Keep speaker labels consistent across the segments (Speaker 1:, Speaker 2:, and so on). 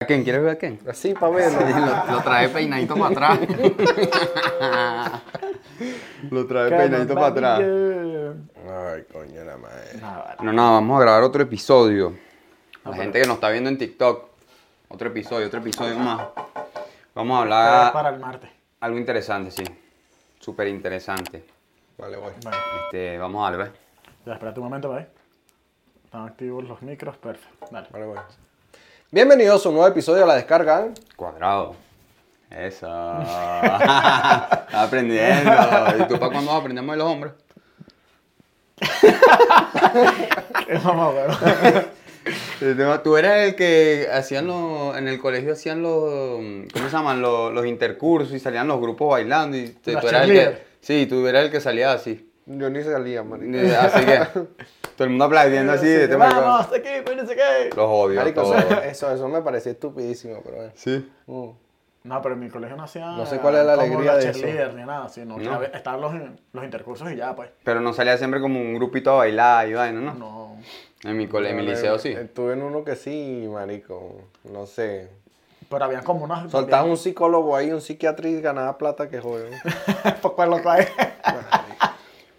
Speaker 1: ¿A quién? ¿Quieres ver a quién?
Speaker 2: Así, para verlo.
Speaker 1: Lo, lo trae peinadito para atrás. lo trae peinadito para atrás.
Speaker 2: Ay, coño, la madre.
Speaker 1: No, no, vamos a grabar otro episodio. La gente que nos está viendo en TikTok. Otro episodio, otro episodio más. Vamos a
Speaker 2: Ah.
Speaker 1: hablar
Speaker 3: Para el martes.
Speaker 1: algo interesante, sí. Súper interesante.
Speaker 2: Vale, voy.
Speaker 3: Bueno,
Speaker 1: Este, vamos a ver. ¿ves?
Speaker 3: ya espérate un momento, ¿vale? Están activos los micros, perfecto. Dale.
Speaker 2: Vale, voy. Bienvenidos a un nuevo episodio de La Descarga.
Speaker 1: Cuadrado. ¿eh? Eso. Estás aprendiendo. ¿Y tú para cuándo vas a aprender más de los hombres?
Speaker 3: Vamos, weón.
Speaker 1: El tema- Eh, Tú eras el que hacían los, en el colegio hacían los, ¿cómo se llaman? Los, los intercursos y salían los grupos bailando y te-
Speaker 3: Los
Speaker 1: tú eras el que,
Speaker 3: cheerleader.
Speaker 1: sí, tú eras el que salía así,
Speaker 2: Yo ni salía, marico.
Speaker 1: Eh, así que todo el mundo aplaudiendo así, de tema de-
Speaker 3: Vamos, aquí, pero no sé qué.
Speaker 1: los odio a
Speaker 2: Marico,
Speaker 1: todos.
Speaker 2: eso, eso, eso me parecía estupidísimo, pero bueno.
Speaker 1: Sí.
Speaker 2: Mm.
Speaker 3: No, pero en mi colegio no hacía.
Speaker 2: No sé cuál es la
Speaker 3: como
Speaker 2: alegría
Speaker 3: los
Speaker 2: de eso.
Speaker 3: cheerleaders ni nada, sino que
Speaker 1: No.
Speaker 3: había- estaban los, los intercursos y ya, pues.
Speaker 1: Pero no salía siempre como un grupito a bailar y vaina, ¿no?
Speaker 3: No.
Speaker 1: En mi colegio, en mi liceo sí.
Speaker 2: Estuve en uno que sí, marico. No sé.
Speaker 3: Pero habían como unas.
Speaker 2: Soltabas un psicólogo ahí, un psiquiatra y ganabas plata que joder.
Speaker 3: Pues, ¿cuál lo trae?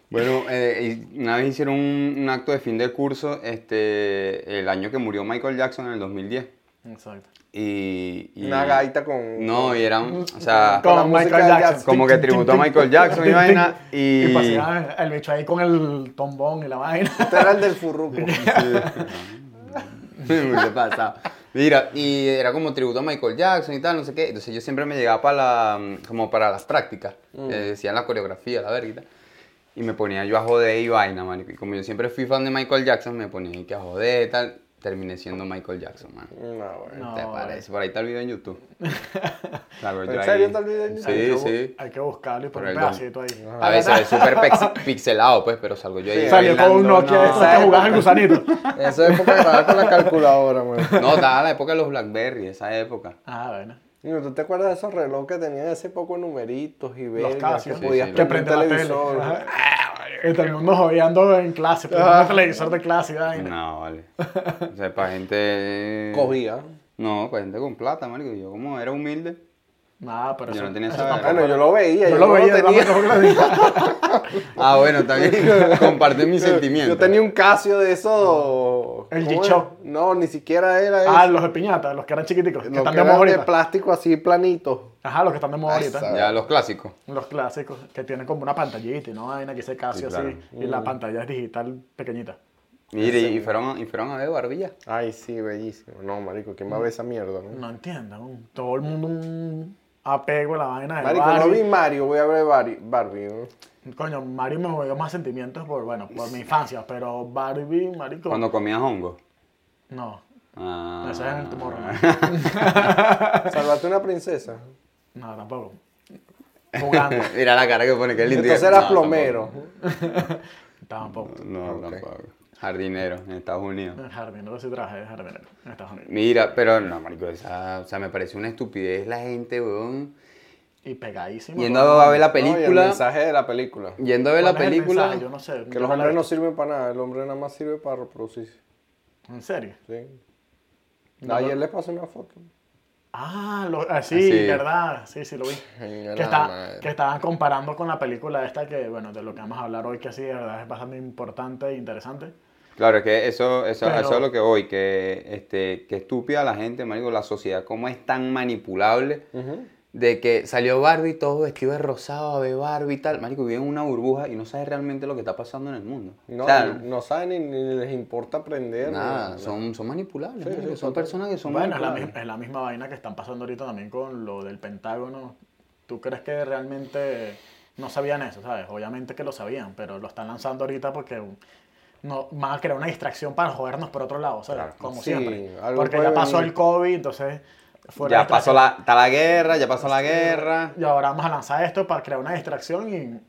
Speaker 1: Bueno, eh, y una vez hicieron un, un acto de fin de curso, este, el año que murió Michael Jackson en el 2010.
Speaker 3: Exacto.
Speaker 1: Y, y-
Speaker 2: Una gaita con...
Speaker 1: No, y eran, o sea,
Speaker 2: Con la
Speaker 3: Como
Speaker 2: música
Speaker 3: Michael
Speaker 2: de
Speaker 3: Jackson.
Speaker 2: Jackson.
Speaker 1: como que tributo a Michael Jackson y vaina y
Speaker 3: Y paseaba el bicho ahí con el tombón y la vaina.
Speaker 2: Este era el del furruco.
Speaker 1: ¿Qué pasa? Mira, y era como tributo a Michael Jackson y tal, no sé qué. Entonces yo siempre me llegaba para la, como para las prácticas,
Speaker 3: Mm.
Speaker 1: que decían la coreografía, la verga y tal. Y me ponía yo a joder y vaina, man. Y como yo siempre fui fan de Michael Jackson, me ponía ahí que a joder y tal. Terminé siendo Michael Jackson, man.
Speaker 2: No, bueno.
Speaker 3: No,
Speaker 1: ¿Te
Speaker 3: vale.
Speaker 1: parece? Por ahí está el video en YouTube. Claro, yo
Speaker 2: ¿En
Speaker 1: ahí-
Speaker 2: serio está el video en
Speaker 3: Hay que
Speaker 1: Sí,
Speaker 3: bu-
Speaker 1: sí.
Speaker 3: Hay que buscarlo y
Speaker 1: Por
Speaker 3: poner un
Speaker 1: el don.
Speaker 3: pedacito ahí.
Speaker 1: A veces es súper pex- pixelado, pues, pero salgo yo ahí.
Speaker 2: Sí,
Speaker 3: Ah. Salió con un
Speaker 1: bailando,
Speaker 3: Nokia
Speaker 1: no.
Speaker 3: de esos que jugabas al gusanito.
Speaker 2: Eso es porque estaba con la calculadora, man.
Speaker 1: No, estaba la época de los Blackberry, esa época.
Speaker 3: Ah, bueno.
Speaker 2: Niño, ¿Tú te acuerdas de esos relojes que tenían ese poco numeritos y vergas
Speaker 3: Casio.
Speaker 2: que
Speaker 3: Sí,
Speaker 2: podías
Speaker 1: sí,
Speaker 3: Que
Speaker 2: prender el
Speaker 3: prende la tele.
Speaker 2: televisor?
Speaker 3: Ajá. Y terminamos jodiendo en clase, prendiendo el televisor de clase y vaina.
Speaker 1: Ah. No, vale. O sea, para gente. eh,
Speaker 2: Cogía.
Speaker 1: No, para gente con plata, marico. Yo, como era humilde,
Speaker 3: Nada, pero
Speaker 1: yo
Speaker 3: eso,
Speaker 1: no tenía
Speaker 3: eso
Speaker 1: esa
Speaker 3: tampoco-
Speaker 1: verga.
Speaker 2: Bueno, yo lo veía.
Speaker 3: Yo lo
Speaker 2: no
Speaker 3: veía,
Speaker 2: tenía.
Speaker 3: dame tampoco lo digo.
Speaker 1: Ah, bueno, también comparten mis sentimientos.
Speaker 2: Yo tenía un Casio de esos.
Speaker 3: El
Speaker 2: ¿cómo
Speaker 3: G-Shock.
Speaker 2: es? No, ni siquiera era
Speaker 3: Ah,
Speaker 2: eso.
Speaker 3: los de piñata, los que eran chiquiticos, que
Speaker 2: Lo
Speaker 3: están
Speaker 2: que
Speaker 3: de moda
Speaker 2: eran de
Speaker 3: ahorita.
Speaker 2: plástico así planito.
Speaker 3: Ajá, los que están de moda
Speaker 2: Ah,
Speaker 3: ahorita.
Speaker 2: esa.
Speaker 1: Ya, los clásicos.
Speaker 3: Los clásicos, que tienen como una pantallita y no vaina, que se
Speaker 1: Sí,
Speaker 3: Casio
Speaker 1: claro. Mm.
Speaker 3: así, y la pantalla es digital pequeñita.
Speaker 1: Mire, y fueron, a- y fueron a ver barbilla.
Speaker 2: Ay, sí, bellísimo. No, marico, ¿quién va a ver esa mierda? no?
Speaker 3: No entiendo, un- todo el mundo un apego a la vaina de
Speaker 2: Marico, no vi Mario, voy a ver Bari- Barbie. ¿no?
Speaker 3: Coño, Mario me movió más sentimientos por, bueno, por mi infancia, pero Barbie, marico,
Speaker 1: Cuando comían hongo.
Speaker 3: no,
Speaker 1: Ah.
Speaker 3: esa es en el tumor, no.
Speaker 2: Salvate una princesa.
Speaker 3: No, tampoco. Jugando.
Speaker 1: Mira la cara que pone, qué lindo.
Speaker 2: Entonces
Speaker 1: No,
Speaker 2: era
Speaker 1: tampoco.
Speaker 2: plomero.
Speaker 3: tampoco.
Speaker 1: No,
Speaker 2: Ok.
Speaker 1: tampoco. Jardinero en Estados Unidos.
Speaker 3: En jardinero sí trabajé de jardinero en Estados Unidos.
Speaker 1: Mira, pero no, marico, esa, o sea, me parece una estupidez la gente, weón.
Speaker 3: Y pegadísimo.
Speaker 1: Yendo a ver la
Speaker 2: No, y el
Speaker 1: película.
Speaker 2: mensaje de la película.
Speaker 1: Yendo a ver la
Speaker 3: ¿Cuál es el
Speaker 1: película.
Speaker 3: mensaje? Yo no sé.
Speaker 2: Que
Speaker 3: yo
Speaker 2: los
Speaker 3: no la he
Speaker 2: hombres no sirven para nada, el hombre nada más sirve para reproducirse.
Speaker 3: visto. ¿En serio?
Speaker 2: ¿sí?
Speaker 3: No,
Speaker 2: Ayer les pasé una foto.
Speaker 3: Ah, lo, ah, sí,
Speaker 1: Así.
Speaker 3: verdad. Sí, sí, lo vi.
Speaker 2: Genial,
Speaker 3: Que, está-
Speaker 2: madre.
Speaker 3: que estaban comparando con la película esta que, bueno, de lo que vamos a hablar hoy, que sí, de verdad es bastante importante e interesante.
Speaker 1: Claro, es que eso, eso,
Speaker 3: Pero-
Speaker 1: eso es lo que voy, que, este, que estúpida la gente, marico, la sociedad, cómo es tan manipulable de que salió Barbie todo vestido de rosado, de Barbie y tal, marico, vive en una burbuja y no sabe realmente lo que está pasando en el mundo.
Speaker 2: No,
Speaker 1: o sea,
Speaker 2: no saben ni, ni les importa aprender.
Speaker 1: nada,
Speaker 2: ni-
Speaker 1: son, son manipulables,
Speaker 2: Sí,
Speaker 1: marico,
Speaker 2: sí,
Speaker 1: son
Speaker 2: total.
Speaker 1: personas que son
Speaker 3: Bueno, es la,
Speaker 1: manipulables.
Speaker 3: mis- es la misma vaina que están pasando ahorita también con lo del Pentágono. ¿Tú crees que realmente no sabían eso, sabes? Obviamente que lo sabían, pero lo están lanzando ahorita porque no, van a crear una distracción para jodernos por otro lado, ¿sabes?
Speaker 1: Claro.
Speaker 3: Como
Speaker 2: Sí,
Speaker 3: siempre.
Speaker 2: algo
Speaker 3: Porque
Speaker 2: puede
Speaker 3: ya pasó
Speaker 2: venir.
Speaker 3: el COVID, entonces... fue una
Speaker 1: Ya pasó
Speaker 3: distracción.
Speaker 1: la, está la guerra, ya pasó la guerra.
Speaker 3: Y ahora vamos a lanzar esto para crear una distracción y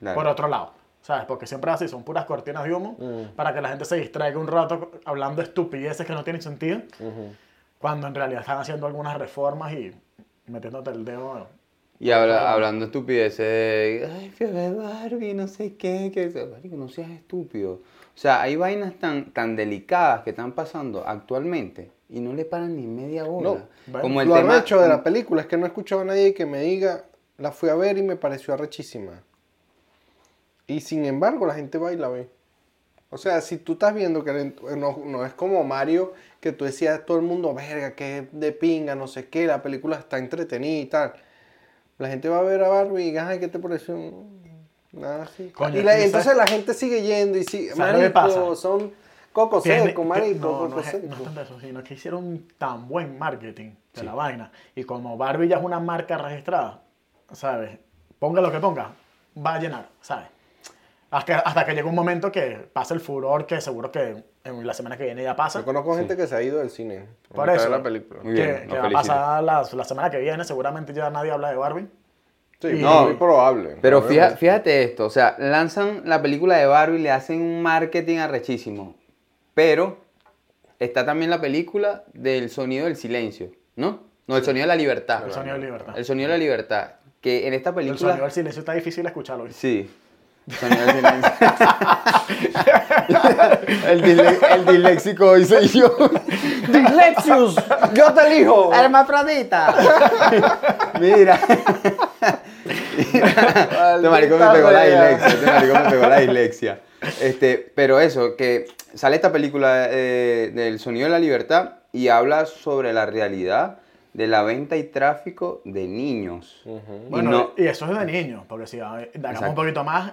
Speaker 1: Claro.
Speaker 3: por otro lado. ¿Sabes? Porque siempre es así, son puras cortinas de humo para que la gente se distraiga un rato hablando estupideces que no tienen sentido, cuando en realidad están haciendo algunas reformas y metiéndote el dedo.
Speaker 1: Y habla- hablando estupideces, ay, fui a ver Barbie, no sé qué, que marico, no seas estúpido. O sea, hay vainas tan, tan delicadas que están pasando actualmente y no le paran ni media hora.
Speaker 2: No,
Speaker 3: bueno,
Speaker 1: como el
Speaker 2: lo
Speaker 1: tema, mm.
Speaker 2: arrecho de la película es que no he escuchado a nadie que me diga, la fui a ver y me pareció arrechísima. Y sin embargo, la gente va y la ve. O sea, si tú estás viendo que le- no, no es como Mario, que tú decías todo el mundo, verga, que de pinga, no sé qué, la película está entretenida y tal. La gente va a ver a Barbie y, ay, ¿qué te pareció? Nada así.
Speaker 3: Coño,
Speaker 2: y la-
Speaker 3: ¿sabes?
Speaker 2: entonces la gente sigue yendo y sigue,
Speaker 3: ¿Sabes lo que
Speaker 2: marico,
Speaker 3: pasa?
Speaker 2: son coco
Speaker 3: Que es-
Speaker 2: seco,
Speaker 3: que-
Speaker 2: marico,
Speaker 3: no, no
Speaker 2: coco
Speaker 3: es, no es
Speaker 2: seco.
Speaker 3: tanto eso, sino que hicieron tan buen marketing de la vaina. Y como Barbie ya es una marca registrada, ¿sabes? Ponga lo que ponga, va a llenar, ¿sabes? Hasta, hasta que llega un momento que pasa el furor, que seguro que en la semana que viene ya pasa.
Speaker 2: Yo conozco gente que se ha ido del cine. a
Speaker 3: Por
Speaker 2: mitad de
Speaker 3: eso.
Speaker 2: la película.
Speaker 1: Muy
Speaker 3: que
Speaker 1: bien,
Speaker 3: que
Speaker 1: lo
Speaker 3: va a
Speaker 1: felicito.
Speaker 3: pasar la, la semana que viene, seguramente ya nadie habla de Barbie.
Speaker 2: Sí,
Speaker 3: Y-
Speaker 2: no,
Speaker 1: no,
Speaker 2: muy probable.
Speaker 1: Pero
Speaker 2: probable.
Speaker 1: fija- fíjate esto, o sea, lanzan la película de Barbie y le hacen un marketing arrechísimo. Pero está también la película del sonido del silencio, ¿no? No, el sonido de la libertad.
Speaker 3: El sonido de libertad.
Speaker 1: El sonido de la libertad. Que en esta
Speaker 3: El
Speaker 1: película...
Speaker 3: sonido del silencio está difícil escucharlo. ¿viste?
Speaker 1: Sí. El sonido del silencio. el, dile- el disléxico hoy soy yo.
Speaker 2: Dilexius, yo te elijo.
Speaker 1: ¡Hermafrodita! Mira. Este marico me
Speaker 2: Maldita
Speaker 1: pegó la
Speaker 2: sea.
Speaker 1: dislexia. Este marico me pegó la dislexia. Este, pero eso, que sale esta película eh, del sonido de la libertad y habla sobre la realidad de la venta y tráfico de niños. Y
Speaker 3: Bueno, y,
Speaker 2: eh,
Speaker 1: no-
Speaker 3: eso es de niños, porque si a- hagamos
Speaker 1: Exacto.
Speaker 3: un poquito más,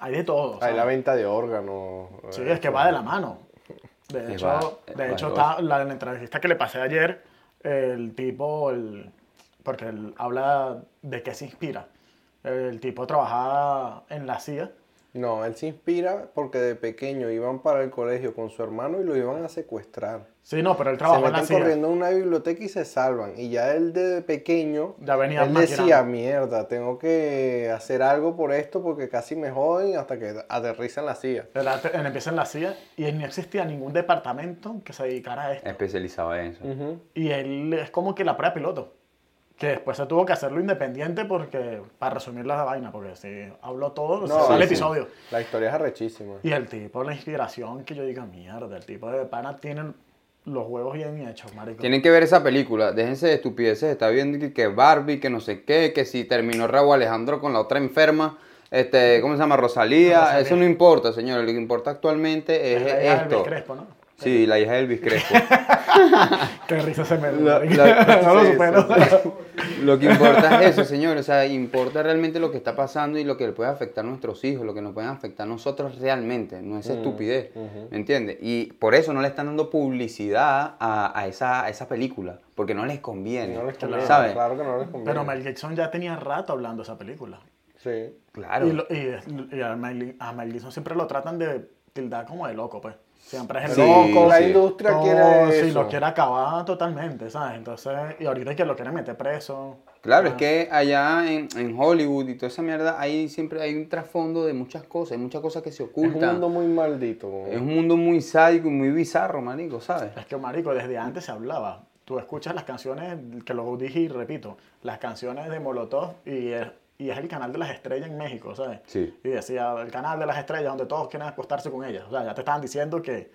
Speaker 3: hay de todo.
Speaker 2: Hay
Speaker 3: ¿sabes?
Speaker 2: la venta de órganos.
Speaker 3: Sí,
Speaker 2: eh,
Speaker 3: es que va de la mano. De
Speaker 1: Sí,
Speaker 3: hecho,
Speaker 1: va-
Speaker 3: de
Speaker 1: va
Speaker 3: hecho
Speaker 1: de
Speaker 3: está la, la entrevista que le pasé ayer, el tipo, el, porque él habla de qué se inspira. El tipo trabajaba en la CIA.
Speaker 2: No, él se inspira porque de pequeño iban para el colegio con su hermano y lo iban a secuestrar.
Speaker 3: Sí, no, pero él
Speaker 2: Se
Speaker 3: trabajó en la
Speaker 2: meten
Speaker 3: CIA.
Speaker 2: corriendo en una biblioteca y se salvan. Y ya él de pequeño,
Speaker 3: Ya venía
Speaker 2: él
Speaker 3: maquinando.
Speaker 2: decía, mierda, tengo que hacer algo por esto porque casi me joden hasta que aterrizan la CIA.
Speaker 3: Él ate- él empieza en la CIA y no existía ningún departamento que se dedicara a esto.
Speaker 1: especializado en eso.
Speaker 3: Y él es como que la prueba piloto. Que después se tuvo que hacerlo independiente porque, para resumir la vaina, porque si habló todo,
Speaker 2: No,
Speaker 3: se sale el
Speaker 1: sí, sí.
Speaker 3: episodio.
Speaker 2: La historia es arrechísima.
Speaker 3: Y el tipo, la inspiración que yo diga, mierda, el tipo de pana tiene los huevos bien hechos, marico.
Speaker 1: Tienen que ver esa película, déjense de estupideces, está viendo que- que Barbie, que no sé qué, que si terminó Raúl Alejandro con la otra enferma, este, ¿cómo se llama? Rosalía,
Speaker 3: Rosalía.
Speaker 1: eso no importa, señores, lo que importa actualmente es,
Speaker 3: Es la hija de
Speaker 1: esto.
Speaker 3: Elvis Crespo, ¿no?
Speaker 1: Sí, la hija de Elvis Crespo.
Speaker 3: Qué risa se me
Speaker 1: La-
Speaker 3: marico.
Speaker 1: la-
Speaker 3: No lo
Speaker 1: sí,
Speaker 3: supero.
Speaker 1: lo que importa es eso, señores, o sea, importa realmente lo que está pasando y lo que le puede afectar a nuestros hijos, lo que nos puede afectar a nosotros realmente, no
Speaker 3: Mm,
Speaker 1: esa estupidez, ¿me entiendes? Y por eso no le están dando publicidad a, a esa, a esa película, porque no les conviene,
Speaker 2: No les conviene,
Speaker 1: ¿sabes?
Speaker 2: claro que no les conviene.
Speaker 3: Pero Mel Gibson ya tenía rato hablando de esa película.
Speaker 2: Sí.
Speaker 1: Claro.
Speaker 3: Y, lo- y es- y a, Mel, a Mel Gibson siempre lo tratan de tildar como de loco, pues. Siempre es el
Speaker 1: Sí,
Speaker 3: loco.
Speaker 2: la
Speaker 1: sí.
Speaker 2: industria
Speaker 3: no,
Speaker 2: quiere
Speaker 3: sí,
Speaker 2: eso.
Speaker 3: lo quiere acabar totalmente, ¿sabes? Entonces, y ahorita que lo quieren meter preso.
Speaker 1: Claro, es
Speaker 3: Ah.
Speaker 1: que allá en, en Hollywood y toda esa mierda, ahí siempre hay un trasfondo de muchas cosas, hay muchas cosas que se
Speaker 2: Es un
Speaker 1: ocultan.
Speaker 2: mundo muy maldito.
Speaker 1: muy sádico y muy bizarro, manico, ¿sabes?
Speaker 3: Es que, marico, desde antes se hablaba. Tú escuchas las canciones, que lo dije y repito, las canciones de Molotov y es, y es el canal de las estrellas en México, ¿sabes?
Speaker 1: Sí.
Speaker 3: Y decía, el canal de las estrellas donde todos quieren acostarse con ellas. O sea, ya te estaban diciendo que,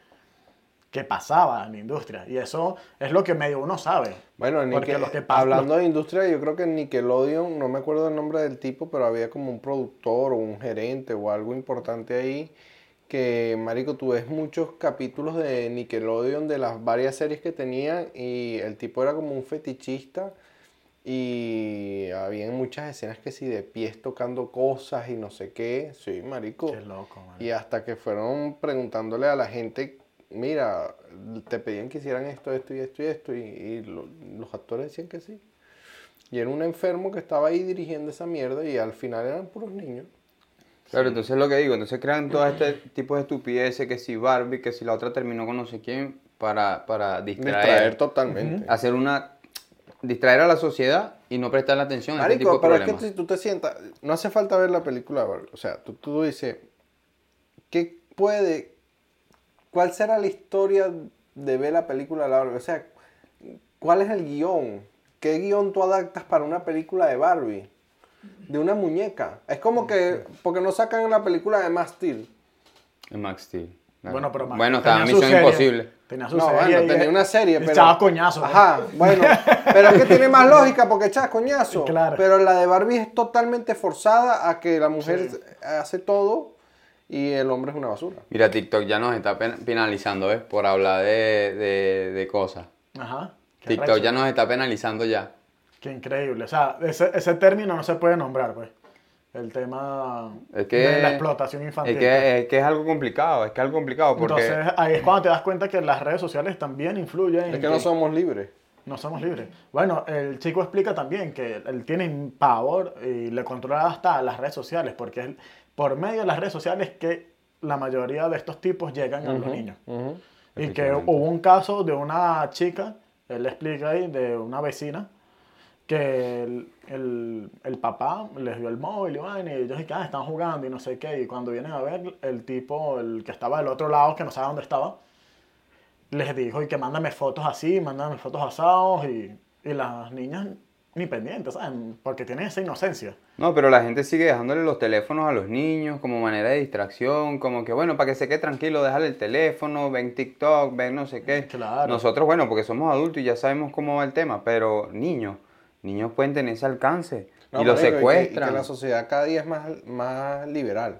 Speaker 3: que pasaba en la industria. Y eso es lo que medio uno sabe.
Speaker 2: Bueno,
Speaker 3: Porque
Speaker 2: Nickel-
Speaker 3: los que pas-
Speaker 2: hablando de industria, yo creo que en Nickelodeon, no me acuerdo el nombre del tipo, pero había como un productor o un gerente o algo importante ahí. Que, Marico, tú ves muchos capítulos de Nickelodeon de las varias series que tenían y el tipo era como un fetichista. Y había muchas escenas que sí, de pies tocando cosas y no sé qué. Sí, Marico.
Speaker 3: Qué loco, man.
Speaker 2: Y hasta que fueron preguntándole a la gente, mira, te pedían que hicieran esto, esto y esto y esto, y, y lo- los actores decían que sí. Y era un enfermo que estaba ahí dirigiendo esa mierda y al final eran puros niños.
Speaker 1: Claro, entonces lo que digo, entonces crean todo este tipo de estupideces, que si Barbie, que si la otra terminó con no sé quién, para, para distraer,
Speaker 2: Distraer totalmente.
Speaker 1: hacer una, distraer a la sociedad y no prestarle atención a este tipo de
Speaker 2: Marico, pero es que
Speaker 1: problemas.
Speaker 2: si tú te sientas, no hace falta ver la película, bro. o sea, tú, tú dices, ¿qué puede, cuál será la historia de ver la película larga? O sea, ¿cuál es el guión? ¿Qué guión tú adaptas para una película de Barbie? De una muñeca. Es como que, porque no sacan la película de Max Steel.
Speaker 1: En Max Steel. Claro.
Speaker 3: Bueno, pero más.
Speaker 1: Bueno,
Speaker 3: tenía
Speaker 1: estaba
Speaker 3: su
Speaker 1: Misión
Speaker 3: serie,
Speaker 1: Imposible.
Speaker 3: Tenía su
Speaker 2: No,
Speaker 3: serie.
Speaker 2: bueno,
Speaker 3: y-
Speaker 2: tenía una serie,
Speaker 3: y
Speaker 2: pero.
Speaker 3: Echaba coñazos.
Speaker 2: Ajá, bueno. Pero es que tiene más lógica porque echas coñazo.
Speaker 3: Claro.
Speaker 2: Pero la de Barbie es totalmente forzada a que la mujer
Speaker 3: Sí.
Speaker 2: hace todo y el hombre es una basura.
Speaker 1: Mira, TikTok ya nos está pen- penalizando, ¿ves? Por hablar de, de- de cosas.
Speaker 3: Ajá. Qué
Speaker 1: TikTok
Speaker 3: arrecho.
Speaker 1: ya nos está penalizando ya.
Speaker 3: Qué increíble. O sea, ese, ese término no se puede nombrar, pues. El tema
Speaker 1: Es que,
Speaker 3: de la explotación infantil. pues.
Speaker 1: Es que, es que es algo complicado, es que es algo complicado porque...
Speaker 3: Entonces, ahí es cuando te das cuenta que las redes sociales también influyen. en
Speaker 2: Es que no somos libres.
Speaker 3: no somos libres. Bueno, el chico explica también que él tiene pavor y le controla hasta las redes sociales, porque es por medio de las redes sociales que la mayoría de estos tipos llegan a los niños. Y que
Speaker 1: Efectivamente.
Speaker 3: hubo un caso de una chica, él explica ahí, de una vecina, que el, el- el papá les dio el móvil y, vaina, y ellos dicen que "Ah, están jugando y no sé qué. Y cuando vienen a ver, el tipo, el que estaba del otro lado, que no sabe dónde estaba, les dijo y que mándame fotos así, mándame fotos asados y, y las niñas ni pendientes, ¿saben? Porque tienen esa inocencia.
Speaker 1: No, pero la gente sigue dejándole los teléfonos a los niños como manera de distracción, como que bueno, para que se quede tranquilo, déjale el teléfono, ven TikTok, ven no sé qué.
Speaker 3: Claro.
Speaker 1: Nosotros, bueno, porque somos adultos y ya sabemos cómo va el tema, pero niños, niños pueden tener ese alcance
Speaker 2: No,
Speaker 1: y los
Speaker 2: marico, que-
Speaker 1: secuestran.
Speaker 2: que la sociedad cada día es más, más liberal.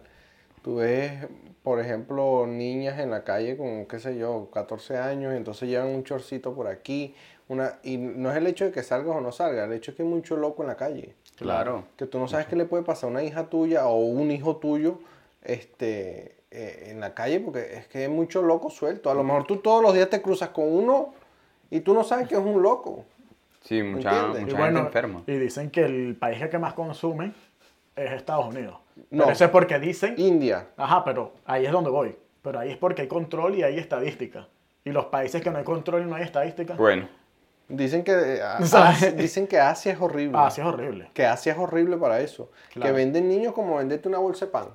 Speaker 2: Tú ves, por ejemplo, niñas en la calle con, qué sé yo, 14 años, y entonces llevan un chorcito por aquí. Una, y no es el hecho de que salgas o no salgas, el hecho es que hay mucho loco en la calle.
Speaker 1: Claro.
Speaker 2: Que tú no sabes qué le puede pasar a una hija tuya o un hijo tuyo este, eh, en la calle, porque es que hay mucho loco suelto. A lo mejor tú todos los días te cruzas con uno y tú no sabes que es un loco.
Speaker 1: Sí, mucha,
Speaker 2: ¿Entiendes?
Speaker 1: mucha
Speaker 3: Y
Speaker 1: gente
Speaker 3: bueno,
Speaker 1: enferma.
Speaker 3: y dicen que el país que más consume es Estados Unidos.
Speaker 2: No.
Speaker 3: Pero eso es porque dicen...
Speaker 2: India,
Speaker 3: Ajá, pero ahí es donde voy. Pero ahí es porque hay control y hay estadística. Y los países que no hay control y no hay estadística,
Speaker 1: Bueno,
Speaker 2: Dicen que, eh, a-
Speaker 3: O sea,
Speaker 2: Asia- dicen que Asia es horrible.
Speaker 3: Asia ah, es horrible.
Speaker 2: Que Asia es horrible para eso.
Speaker 3: Claro.
Speaker 2: Que venden niños como venderte una bolsa de pan.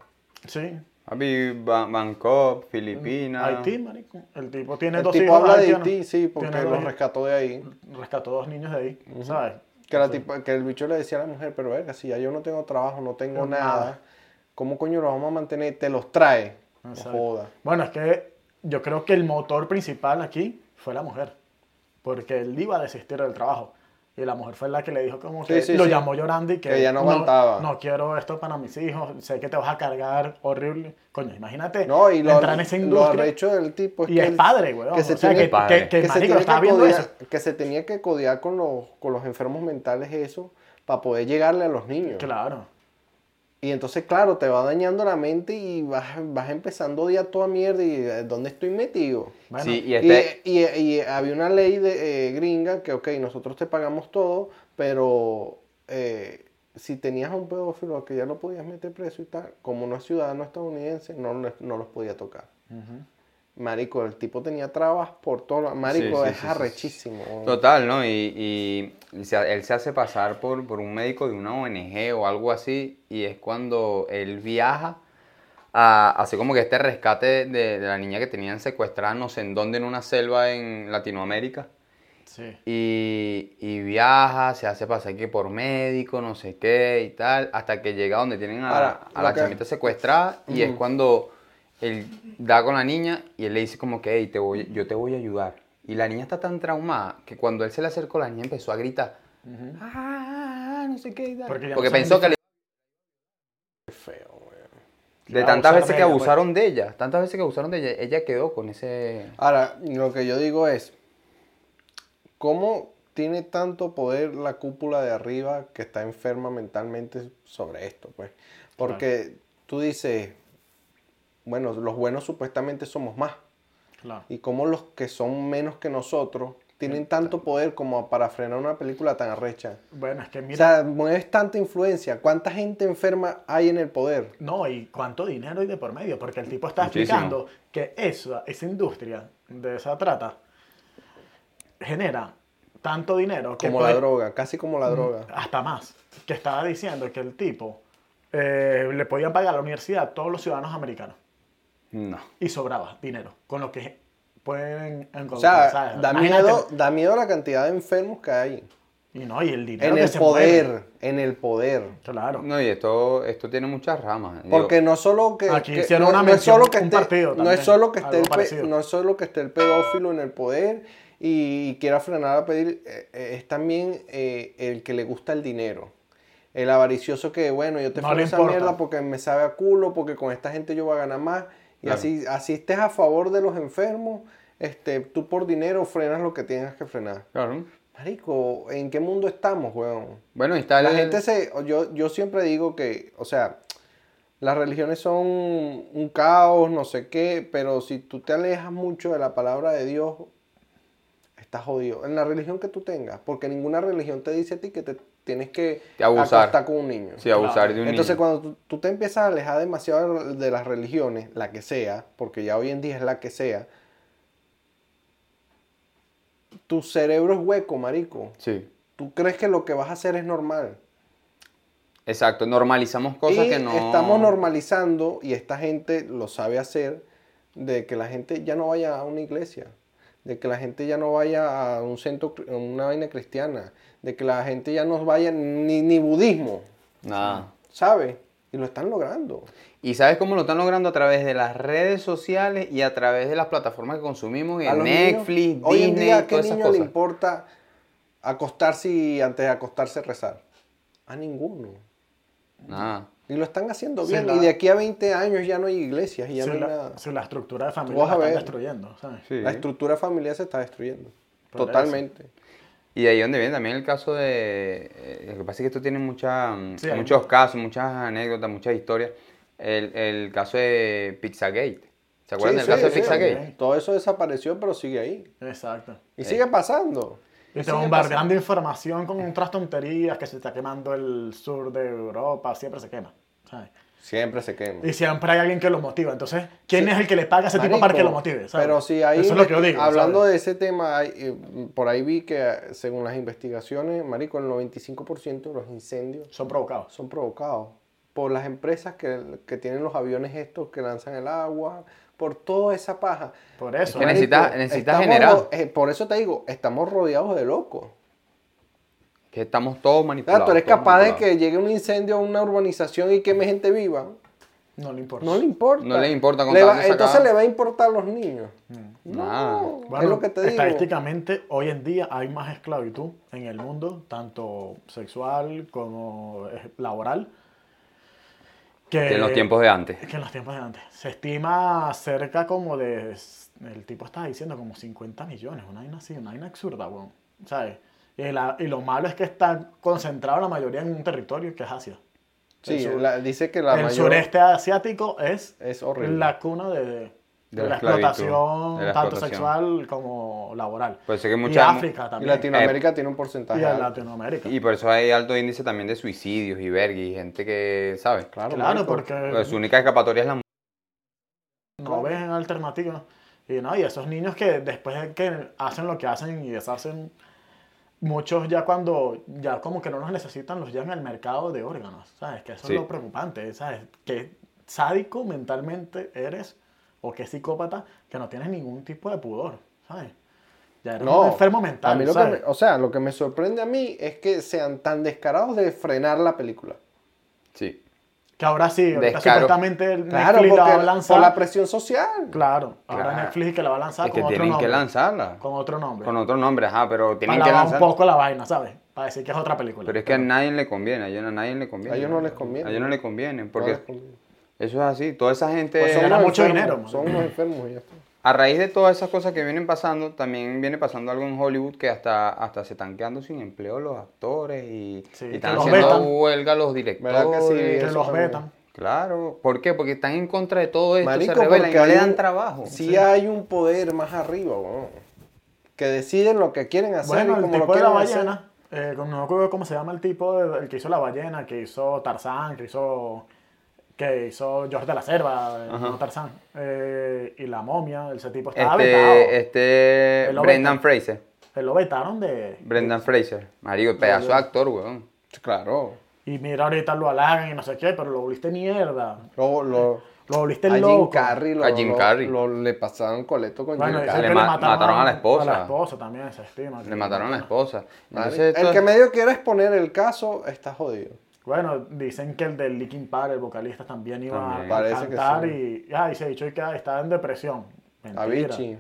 Speaker 3: Sí.
Speaker 1: papi, Ba- Bangkok, Filipinas.
Speaker 3: Haití, marico. El tipo tiene
Speaker 2: El
Speaker 3: dos
Speaker 2: tipo
Speaker 3: hijos
Speaker 2: habla de
Speaker 3: haitianos.
Speaker 2: Haití, sí, porque
Speaker 3: Tiene
Speaker 2: los
Speaker 3: dos-
Speaker 2: rescató de ahí.
Speaker 3: rescató dos niños de ahí, ¿sabes?
Speaker 2: Que, la tipa- que el bicho le decía a la mujer, pero verga, si ya yo no tengo trabajo, no tengo
Speaker 3: No,
Speaker 2: nada,
Speaker 3: nada.
Speaker 2: ¿cómo coño los vamos a mantener? Te los trae. No
Speaker 3: Exacto.
Speaker 2: joda.
Speaker 3: Bueno, es que yo creo que el motor principal aquí fue la mujer, porque él iba a desistir del trabajo. Y la mujer fue la que le dijo como
Speaker 2: Sí,
Speaker 3: que
Speaker 2: sí,
Speaker 3: lo
Speaker 2: sí.
Speaker 3: llamó llorando y que,
Speaker 2: Que ya no aguantaba.
Speaker 3: No, quiero esto para mis hijos, sé que te vas a cargar horrible. Coño, imagínate
Speaker 2: No, y lo,
Speaker 3: entrar en esa
Speaker 2: lo
Speaker 3: industria.
Speaker 2: arrecho del tipo es
Speaker 3: y
Speaker 2: que
Speaker 3: es
Speaker 2: él-
Speaker 3: padre, weón.
Speaker 2: que se
Speaker 3: o sea,
Speaker 2: tiene-
Speaker 3: que,
Speaker 1: Padre.
Speaker 3: que, que
Speaker 2: que se,
Speaker 3: marico,
Speaker 2: tiene
Speaker 3: estaba
Speaker 2: que,
Speaker 3: viendo eso.
Speaker 2: codiar, que se tenía que codiar con los, con los enfermos mentales eso para poder llegarle a los niños.
Speaker 3: Claro.
Speaker 2: Y entonces, claro, te va dañando la mente y vas, vas empezando día toda mierda y eh, ¿dónde estoy metido?
Speaker 3: Bueno,
Speaker 1: sí, y
Speaker 2: Y,
Speaker 1: este...
Speaker 2: y- y había una ley de, eh, gringa que, ok, nosotros te pagamos todo, pero eh, si tenías a un pedófilo que ya lo podías meter preso y tal, como no es ciudadano estadounidense, no, lo- no los podía tocar. Marico, el tipo tenía trabas por todo. lo- Marico,
Speaker 1: sí,
Speaker 2: es
Speaker 1: sí, sí,
Speaker 2: arrechísimo.
Speaker 1: Total, ¿no? Y, y se- él se hace pasar por, por un médico de una ONG o algo así, y es cuando él viaja a hacer como que este rescate de, de la niña que tenían secuestrada no sé en dónde, en una selva en Latinoamérica.
Speaker 3: sí.
Speaker 1: Y, y viaja, se hace pasar que por médico, no sé qué y tal, hasta que llega donde tienen a,
Speaker 2: Ahora,
Speaker 1: a
Speaker 2: lo
Speaker 1: la
Speaker 2: que-
Speaker 1: chamita secuestrada y es
Speaker 2: Ujú.
Speaker 1: cuando él da con la niña y él le dice como que, hey, te voy, yo te voy a ayudar. Y la niña está tan traumada que cuando él se le acercó, la niña empezó a gritar.
Speaker 3: Ujú.
Speaker 1: "Ah, no sé qué y tal".
Speaker 3: Porque ya
Speaker 1: Porque,
Speaker 3: no saben
Speaker 1: pensó que le- de
Speaker 3: Abusaron
Speaker 1: tantas veces
Speaker 3: de
Speaker 1: que
Speaker 3: ella, pues.
Speaker 1: abusaron de ella, tantas veces que abusaron de ella, ella quedó con ese...
Speaker 2: Ahora, lo que yo digo es, ¿cómo tiene tanto poder la cúpula de arriba que está enferma mentalmente sobre esto? Pues? Porque tú dices, bueno, los buenos supuestamente somos más.
Speaker 3: pues. Claro.
Speaker 2: Y cómo los que son menos que nosotros tienen tanto poder como para frenar una película tan arrecha.
Speaker 3: Bueno, es que mira.
Speaker 2: O sea, mueves tanta influencia. ¿Cuánta gente enferma hay en el poder?
Speaker 3: No, y cuánto dinero hay de por medio, porque el tipo está
Speaker 1: Muchísimo.
Speaker 3: explicando que esa, esa industria de esa trata genera tanto dinero que
Speaker 2: Como
Speaker 3: puede- Ah,
Speaker 2: la droga, casi como la droga.
Speaker 3: hasta más, que estaba diciendo que el tipo eh, le podía pagar a la universidad a todos los ciudadanos americanos
Speaker 1: No.
Speaker 3: y sobraba dinero, con lo que pueden encontrar.
Speaker 2: O sea,
Speaker 3: ¿sabes?
Speaker 2: da
Speaker 3: Imagínate.
Speaker 2: miedo, da miedo la cantidad de enfermos que hay.
Speaker 3: Y no, y el dinero
Speaker 2: En
Speaker 3: que
Speaker 2: el
Speaker 3: se
Speaker 2: poder,
Speaker 3: mueve.
Speaker 2: en el poder.
Speaker 3: Claro.
Speaker 1: No, y esto, esto tiene muchas ramas. Digo,
Speaker 2: Porque no solo que,
Speaker 3: Aquí
Speaker 2: que-
Speaker 3: hicieron
Speaker 2: no,
Speaker 3: una
Speaker 2: no es
Speaker 3: mención,
Speaker 2: solo que
Speaker 3: un
Speaker 2: esté,
Speaker 3: partido
Speaker 2: no es
Speaker 3: también,
Speaker 2: solo que esté
Speaker 3: algo
Speaker 2: el pe-
Speaker 3: parecido.
Speaker 2: no es solo que esté el pedófilo en el poder y, y quiera frenar a pedir eh, eh, es también eh, el que le gusta el dinero. El avaricioso que bueno, yo te
Speaker 3: No
Speaker 2: freno
Speaker 3: le
Speaker 2: esa
Speaker 3: importa.
Speaker 2: mierda porque me sabe a culo, porque con esta gente yo voy a ganar más y
Speaker 1: Claro.
Speaker 2: así así estés a favor de los enfermos, este tú por dinero frenas lo que tengas que frenar.
Speaker 1: Claro.
Speaker 2: Marico, ¿en qué mundo estamos, weón?
Speaker 1: Bueno, ahí está
Speaker 2: La
Speaker 1: el-
Speaker 2: gente se. Yo, yo siempre digo que, o sea, las religiones son un caos, no sé qué, pero si tú te alejas mucho de la palabra de Dios, estás jodido. En la religión que tú tengas, porque ninguna religión te dice a ti que te tienes que
Speaker 1: De abusar.
Speaker 2: acostar con un niño.
Speaker 1: Sí, abusar de un
Speaker 2: Entonces,
Speaker 1: niño.
Speaker 2: cuando tú, tú te empiezas a alejar demasiado de- de las religiones, la que sea, porque ya hoy en día es la que sea, tu cerebro es hueco, marico.
Speaker 1: Sí.
Speaker 2: Tú crees que lo que vas a hacer es normal.
Speaker 1: Exacto, normalizamos cosas
Speaker 2: y
Speaker 1: que no...
Speaker 2: estamos normalizando, y esta gente lo sabe hacer, de que la gente ya no vaya a una iglesia, de que la gente ya no vaya a un centro, cri- a una vaina cristiana, de que la gente ya no vaya ni, ni budismo,
Speaker 1: Nada.
Speaker 2: ¿sabe? Y lo están logrando.
Speaker 1: ¿Y sabes cómo lo están logrando? A través de las redes sociales y a través de las plataformas que consumimos,
Speaker 2: A
Speaker 1: en
Speaker 2: los
Speaker 1: Netflix,
Speaker 2: niños-
Speaker 1: Disney,
Speaker 2: hoy en día, ¿a qué
Speaker 1: todas esas
Speaker 2: niño le
Speaker 1: cosas.
Speaker 2: importa acostarse y antes de acostarse rezar? A ninguno.
Speaker 1: Nada.
Speaker 2: Y lo están haciendo
Speaker 3: Sí,
Speaker 2: bien.
Speaker 3: la-
Speaker 2: Y de aquí a 20 años ya no hay iglesias y ya
Speaker 3: Si
Speaker 2: no hay
Speaker 3: la,
Speaker 2: nada.
Speaker 3: si la estructura de
Speaker 2: Tú
Speaker 3: familia
Speaker 2: vas
Speaker 3: la
Speaker 2: a
Speaker 3: están
Speaker 2: ver.
Speaker 3: destruyendo, ¿sabes?
Speaker 1: Sí.
Speaker 2: La estructura familiar se está destruyendo.
Speaker 3: Por eso.
Speaker 2: Totalmente.
Speaker 1: Y de ahí donde viene también el caso de... eh, Lo que pasa es que esto tiene mucha, mm,
Speaker 3: Sí, hay-
Speaker 1: muchos casos, muchas anécdotas, muchas historias. El, el caso de Pizzagate. ¿Se acuerdan
Speaker 2: Sí,
Speaker 1: del caso de
Speaker 2: sí, sí,
Speaker 1: Pizzagate?
Speaker 3: también.
Speaker 2: Todo eso desapareció, pero sigue ahí.
Speaker 3: Exacto.
Speaker 2: Y sigue pasando.
Speaker 3: Y te
Speaker 2: sigue
Speaker 3: bombardean de información con otras tonterías que se está quemando el sur de Europa, siempre se quema. ¿sabes?
Speaker 2: Siempre se quema.
Speaker 3: Y siempre hay alguien que lo motiva. Entonces, ¿quién
Speaker 2: Sí.
Speaker 3: es el que le paga a ese tipo para que
Speaker 2: Marico,
Speaker 3: lo motive? ¿sabes?
Speaker 2: Pero si ahí,
Speaker 3: Eso es lo que yo digo.
Speaker 2: hablando
Speaker 3: ¿sabes?
Speaker 2: de ese tema, hay, eh, por ahí vi que eh, según las investigaciones, Marico, el 95% de los incendios
Speaker 3: Son provocados.
Speaker 2: son provocados por las empresas que, que tienen los aviones estos que lanzan el agua, por toda esa paja.
Speaker 3: Por eso.
Speaker 1: que
Speaker 3: ¿eh?
Speaker 1: necesita-
Speaker 2: Marico,
Speaker 1: necesitas
Speaker 2: estamos
Speaker 1: generar.
Speaker 2: ro- eh, por eso te digo, estamos rodeados de locos.
Speaker 1: Que estamos todos
Speaker 2: O sea,
Speaker 1: manipulados.
Speaker 2: Ah, tú eres
Speaker 1: todos
Speaker 2: capaz de
Speaker 1: manipulados.
Speaker 2: que llegue un incendio a una urbanización y queme gente viva.
Speaker 3: No le importa.
Speaker 2: No le importa.
Speaker 1: No le importa con
Speaker 2: Le
Speaker 1: tal
Speaker 2: va-
Speaker 1: de sacar-
Speaker 2: entonces le va a importar a los niños. No,
Speaker 1: Nada.
Speaker 2: es
Speaker 3: Bueno, eh,
Speaker 2: lo que te digo.
Speaker 3: estadísticamente, hoy en día hay más esclavitud en el mundo, tanto sexual como eh, laboral,
Speaker 1: Que
Speaker 3: Eh,
Speaker 1: en los tiempos de antes.
Speaker 3: que en los tiempos de antes. Se estima cerca como de, el tipo estaba diciendo, como 50 millones, una vaina así, una vaina absurda, weón, ¿sabes? Y, la- y lo malo es que está concentrado la mayoría en un territorio que es Asia.
Speaker 2: Sí,
Speaker 3: el sur-
Speaker 2: la- dice que la
Speaker 3: el
Speaker 2: mayor-
Speaker 3: sureste asiático es,
Speaker 2: Es horrible.
Speaker 3: la cuna de, de
Speaker 1: De la
Speaker 3: la
Speaker 1: esclavitud,
Speaker 3: explotación,
Speaker 1: de la
Speaker 3: tanto
Speaker 1: explotación.
Speaker 3: sexual como laboral.
Speaker 1: Pues sé que
Speaker 3: y
Speaker 1: mucha-
Speaker 3: África
Speaker 2: Y
Speaker 3: también.
Speaker 2: Latinoamérica tiene un porcentaje.
Speaker 3: Y a
Speaker 2: alto.
Speaker 3: Latinoamérica.
Speaker 1: Y por eso hay alto índice también de suicidios y verga y gente que, ¿sabes?
Speaker 2: Claro,
Speaker 3: claro,
Speaker 2: marico.
Speaker 3: porque
Speaker 1: Pues su única escapatoria es la mu-
Speaker 3: no ven alternativas. Y no, y esos niños que después de que hacen lo que hacen y deshacen, muchos ya cuando ya como que no los necesitan, los llevan al mercado de órganos, ¿sabes? Que eso
Speaker 1: Sí.
Speaker 3: es lo preocupante, ¿sabes? Que sádico mentalmente eres o que psicópata que no tienes ningún tipo de pudor, ¿sabes? Ya eres
Speaker 2: No,
Speaker 3: un enfermo mental,
Speaker 2: a mí lo que
Speaker 3: ¿sabes?
Speaker 2: me- o sea, lo que me sorprende a mí es que sean tan descarados de frenar la película.
Speaker 1: Sí.
Speaker 3: Que ahora sí, ahorita
Speaker 1: Descaro.
Speaker 3: supuestamente el
Speaker 2: Claro,
Speaker 3: Netflix la va a
Speaker 2: porque
Speaker 3: lanzar.
Speaker 2: por la presión social.
Speaker 3: Claro,
Speaker 1: Claro.
Speaker 3: ahora Netflix que la va a lanzar
Speaker 1: Es
Speaker 3: con
Speaker 1: que
Speaker 3: otro
Speaker 1: tienen
Speaker 3: nombre.
Speaker 1: que lanzarla.
Speaker 3: Con otro nombre.
Speaker 1: Con otro nombre, ajá, pero tienen
Speaker 3: Para
Speaker 1: que
Speaker 3: lavar un
Speaker 1: lanzarla.
Speaker 3: poco la vaina, ¿sabes? Para decir que es otra película.
Speaker 1: Pero es que a nadie le conviene, a ellos, a nadie le conviene.
Speaker 2: A ellos no les conviene.
Speaker 1: A ellos no les conviene,
Speaker 2: No
Speaker 1: porque
Speaker 2: les conviene.
Speaker 1: eso es así. Toda esa gente,
Speaker 2: Pues son
Speaker 3: pues gana
Speaker 2: unos
Speaker 3: mucho
Speaker 2: enfermos,
Speaker 3: dinero, man.
Speaker 2: Son unos enfermos y ya está.
Speaker 1: a raíz de todas esas cosas que vienen pasando, también viene pasando algo en Hollywood que hasta, hasta se están quedando sin empleo los actores y,
Speaker 3: Sí,
Speaker 1: y
Speaker 3: que
Speaker 1: están
Speaker 3: los
Speaker 1: haciendo
Speaker 3: vetan.
Speaker 1: huelga los
Speaker 2: ¿Verdad que sí?
Speaker 1: directores.
Speaker 3: que
Speaker 2: eso
Speaker 3: los
Speaker 2: también.
Speaker 3: vetan.
Speaker 1: Claro, ¿por qué? Porque están en contra de todo esto,
Speaker 2: Marico,
Speaker 1: se rebelan y
Speaker 2: porque
Speaker 1: no le
Speaker 2: hay
Speaker 1: dan
Speaker 2: un-
Speaker 1: trabajo.
Speaker 2: Si hay un poder más arriba, weón, que deciden lo que quieren hacer
Speaker 3: Bueno,
Speaker 2: y
Speaker 3: el
Speaker 2: como lo
Speaker 3: tipo de la
Speaker 2: quieren hacer.
Speaker 3: ballena, eh, con- no me acuerdo cómo se llama el tipo, de- el que hizo la ballena, que hizo Tarzán, que hizo que hizo George de la Selva, eh, no Tarzán, eh, y la momia, ese tipo estaba vetado.
Speaker 1: Este, este
Speaker 3: Él lo
Speaker 1: Brendan
Speaker 3: vetan.
Speaker 1: Fraser.
Speaker 3: Se lo vetaron de...
Speaker 1: Brendan Fraser. Marico, pedazo de actor, weón.
Speaker 2: Claro.
Speaker 3: Y mira, ahorita lo halagan y no sé qué, pero lo volviste mierda.
Speaker 2: Lo, lo-
Speaker 3: Lo volviste
Speaker 2: A Jim
Speaker 3: loco.
Speaker 2: Carrey, lo,
Speaker 1: A Jim
Speaker 2: lo-
Speaker 1: Carrey.
Speaker 2: lo- le pasaron coleto con
Speaker 3: Bueno,
Speaker 2: Jim
Speaker 3: dicen
Speaker 1: Le
Speaker 3: que
Speaker 2: Carrey.
Speaker 3: le
Speaker 1: ma-
Speaker 3: mataron,
Speaker 1: mataron a la esposa.
Speaker 3: A la esposa también, se estima.
Speaker 1: Le mataron a la esposa. Entonces, esto
Speaker 2: El
Speaker 1: es-
Speaker 2: que medio quiera exponer el caso está jodido.
Speaker 3: Bueno, dicen que el del Linkin Park, el vocalista, también iba
Speaker 1: También.
Speaker 3: a
Speaker 2: Parece que
Speaker 3: cantar
Speaker 2: sí.
Speaker 3: y, ah, y se ha dicho que ah, estaba en depresión. Mentira.
Speaker 2: Avicii.